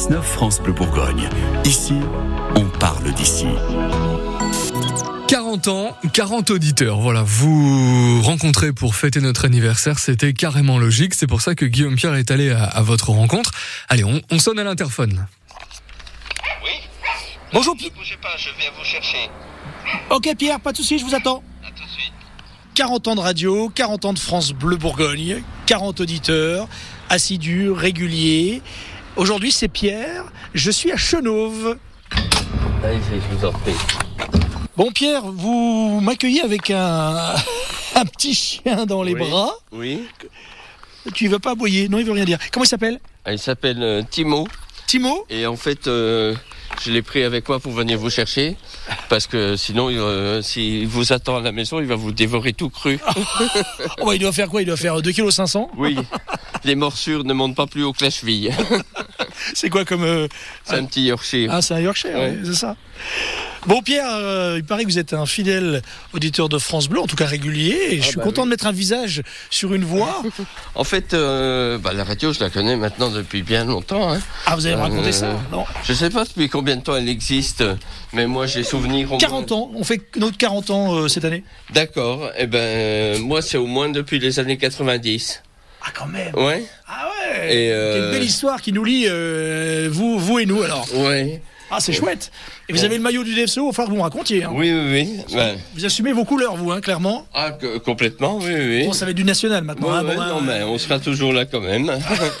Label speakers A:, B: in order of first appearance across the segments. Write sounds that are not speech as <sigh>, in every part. A: 6-9 France Bleu Bourgogne. Ici, on parle d'ici.
B: 40 ans, 40 auditeurs. Voilà, vous rencontrez pour fêter notre anniversaire, c'était carrément logique. C'est pour ça que Guillaume Pierre est allé à, à votre rencontre. Allez, on, on sonne à l'interphone.
C: Oui,
D: Bonjour
C: ne
D: Pierre.
C: bougez pas, je viens vous chercher.
D: Ok Pierre, pas de souci, je vous attends.
C: À tout de suite.
D: 40 ans de radio, 40 ans de France Bleu Bourgogne, 40 auditeurs, assidus, réguliers. Aujourd'hui c'est Pierre, je suis à Chenauve.
E: Allez-y, je vous en prie.
D: Bon Pierre, vous m'accueillez avec un, <laughs> un petit chien dans les
E: Oui.
D: bras.
E: Oui.
D: Tu ne veux pas aboyer, non il veut rien dire. Comment il s'appelle
E: Ah, Il s'appelle euh, Timo
D: Timo
E: et en fait, euh, je l'ai pris avec moi pour venir vous chercher parce que sinon, il, euh, s'il vous attend à la maison, il va vous dévorer tout cru.
D: Oh, bah, Il doit faire quoi Il doit faire 2,5 kg.
E: Oui. Les morsures ne montent pas plus haut que la cheville.
D: C'est quoi comme... euh,
E: C'est un petit Yorkshire.
D: Ah, c'est un Yorkshire,
E: Ouais.
D: oui, c'est ça. Bon, Pierre, euh, il paraît que vous êtes un fidèle auditeur de France Bleu, en tout cas régulier, et je suis
E: bah
D: content
E: oui.
D: de mettre un visage sur une voix.
E: <laughs> En fait, euh, bah, la radio, je la connais maintenant depuis bien longtemps. hein.
D: Ah, vous allez me raconter
E: Euh,
D: ça Non.
E: Je sais pas depuis combien de temps elle existe, mais moi, j'ai souvenir. au moins-
D: 40 ans, on fait notre 40 ans euh, cette année.
E: D'accord. Eh ben, euh, moi, c'est au moins depuis les années 90.
D: Ah, quand même
E: Ouais.
D: Ah
E: Oh.
D: ouais
E: Et,
D: C'est
E: euh,
D: Une belle histoire qui nous lie, euh, vous, vous et nous, alors.
E: Ouais.
D: Ah, c'est chouette Et vous avez le maillot du DFCO, il va falloir que vous me racontiez. hein.
E: Oh. Oui, oui, oui. Ben,
D: Vous assumez vos couleurs, vous, hein, clairement.
E: Ah, que- complètement, oui, oui.
D: Bon, ça va être du national maintenant.
E: Ouais,
D: hein,
E: ouais,
D: bon,
E: non,
D: hein,
E: mais on sera toujours là quand
D: <laughs>
E: même.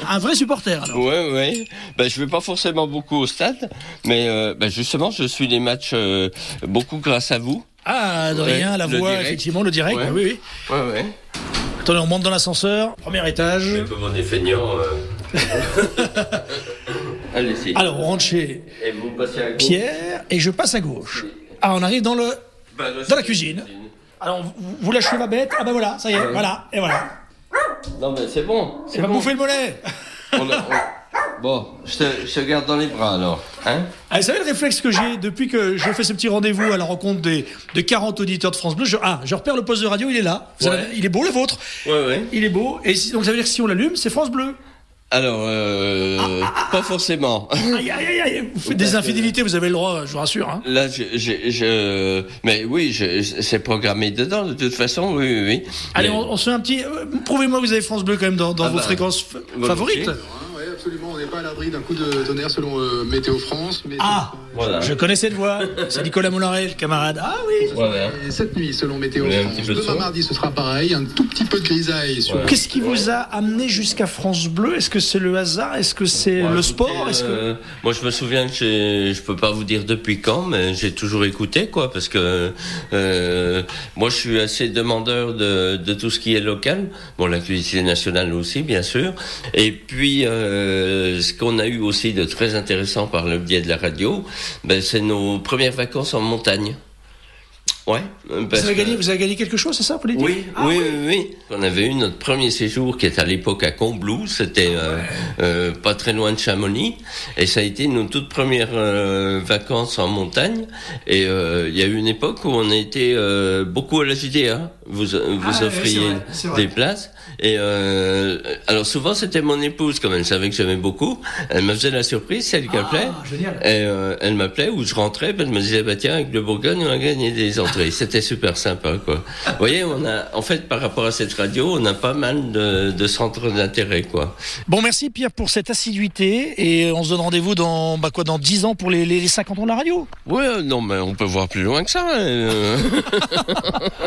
D: Un vrai supporter, alors.
E: ouais, ouais. Ben, je vais pas forcément beaucoup au stade, mais euh, ben, justement, je suis les matchs euh, beaucoup grâce à vous.
D: Ah, Adrien,
E: Ouais,
D: la
E: le
D: voix,
E: direct.
D: effectivement, le direct, bah
E: Ouais.
D: oui, oui.
E: Ouais, ouais.
D: Attendez, on monte dans l'ascenseur, premier étage.
E: comment on est feignant. <laughs> Allez-y.
D: Alors, on rentre chez
E: Et vous passez à gauche.
D: Pierre et je passe à gauche. Ah, on arrive dans le.
E: Ben, là,
D: Dans la
E: c'est-
D: cuisine. Alors, vous- vous lâchez ma bête. Ah, bah voilà, ça y est, voilà, et voilà.
E: Non, mais c'est bon.
D: C'est
E: C'est
D: pas
E: bon.
D: bouffer le mollet.
E: On a- on- Bon, je te, je te garde dans les bras alors. Hein
D: Ah, vous savez le réflexe que j'ai depuis que je fais ce petit rendez-vous à la rencontre des, de 40 auditeurs de France Bleu je, Ah, je repère le poste de radio, il est là. Vous
E: Ouais.
D: avez- il est beau, le vôtre.
E: Ouais, ouais.
D: Il est beau. Et si- donc, ça veut dire que si on l'allume, c'est France Bleu.
E: Alors, euh,
D: Ah,
E: pas forcément. <laughs>
D: Aïe, aïe, aïe, aïe. Vous faites des infidélités, vous avez le droit, je vous rassure. Hein.
E: Là, je, je, je- mais oui, je, je- c'est programmé dedans de toute façon, oui, oui, oui.
D: Allez,
E: Mais-
D: on, on se fait un petit. euh, Prouvez-moi que vous avez France Bleu quand même dans, dans
E: Ah
D: vos
E: bah,
D: fréquences f-
E: volontiers.
D: favorites.
F: Oui, Hein, absolument, on n'est pas à l'abri d'un coup de tonnerre selon euh, Météo France. Mais
D: Ah
E: voilà.
D: Je connais cette voix, c'est Nicolas Moularet, le camarade. Ah oui
E: Voilà.
F: Et cette nuit, selon Météo
E: Vous voulez un
F: France,
E: petit peu de
F: demain
E: son
F: mardi, ce sera pareil, un tout petit peu de grisaille sur
E: Ouais.
D: Qu'est-ce qui vous a amené jusqu'à France Bleu Est-ce que c'est le hasard Est-ce que c'est
E: Bon,
D: le
E: écoutez,
D: sport Est-ce que...
E: euh, moi, je me souviens que j'ai- je peux pas vous dire depuis quand, mais j'ai toujours écouté, quoi, parce que euh, moi, je suis assez demandeur de, de tout ce qui est local. Bon, la cuisine nationale aussi, bien sûr. Et puis, euh, ce qu'on a eu aussi de très intéressant par le biais de la radio, ben, c'est nos premières vacances en montagne. Ouais. parce
D: vous, avez
E: que-
D: gagné, vous avez gagné quelque chose, c'est ça, vous Ah,
E: Oui, oui, oui, oui. On avait eu notre premier séjour qui était à l'époque à Combloux, c'était
D: Ah
E: euh, euh, pas très loin de Chamonix, et ça a été nos toutes premières euh, vacances en montagne. Et euh, il y a eu une époque où on était euh, beaucoup à la JDA. Vous vous
D: Ah, ouais,
E: offriez
D: c'est vrai, c'est vrai.
E: des places. Et euh, alors souvent c'était mon épouse comme elle savait que j'aimais beaucoup. Elle me faisait la surprise, c'est elle
D: Ah,
E: qui appelait.
D: génial.
E: Et euh, elle m'appelait ou je rentrais, puis elle me disait bah tiens avec le Bourgogne on a gagné des <laughs> entrées. C'était super sympa quoi. Vous voyez on a en fait par rapport à cette radio on a pas mal de, de centres d'intérêt quoi.
D: Bon, merci Pierre pour cette assiduité et on se donne rendez-vous dans, bah quoi, dans 10 ans pour les, les- les 50 ans de la radio.
E: Ouais euh, non mais on peut voir plus loin que ça. hein, <laughs> euh.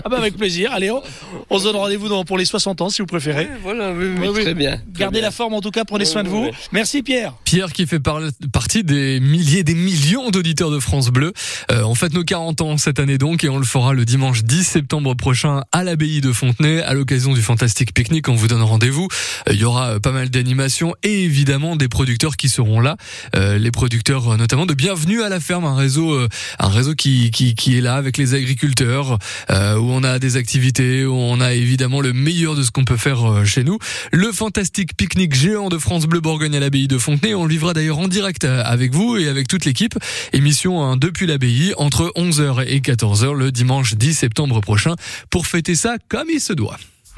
D: Ah bah avec plaisir, allez, on, on se donne rendez-vous dans- pour les 60 ans si vous préférez.
E: voilà oui, oui,
D: Oui, oui.
E: très bien.
D: Gardez la forme en tout cas, prenez
E: Oui,
D: soin de
E: oui,
D: vous.
E: oui.
D: Merci Pierre.
B: Pierre qui fait par- partie des milliers, des millions d'auditeurs de France Bleu. Euh, on fête nos 40 ans cette année donc et on le fera le dimanche 10 septembre prochain à l'abbaye de Fontenay à l'occasion du fantastique pique-nique. On vous donne rendez-vous. Euh, Il y aura euh, pas mal d'animations et évidemment des producteurs qui seront là. Euh, les producteurs euh, notamment de Bienvenue à la ferme, un réseau, euh, un réseau qui, qui, qui est là avec les agriculteurs euh, où on a des activités, où on a évidemment le meilleur de ce qu'on peut faire euh, chez nous. Le fantastique pique-nique géant de France Bleu Bourgogne à l'abbaye de Fontenay. On le vivra d'ailleurs en direct euh, avec vous et avec toute l'équipe. Émission hein, depuis l'abbaye entre 11h et 14h le dimanche 10 septembre prochain pour fêter ça comme il se doit.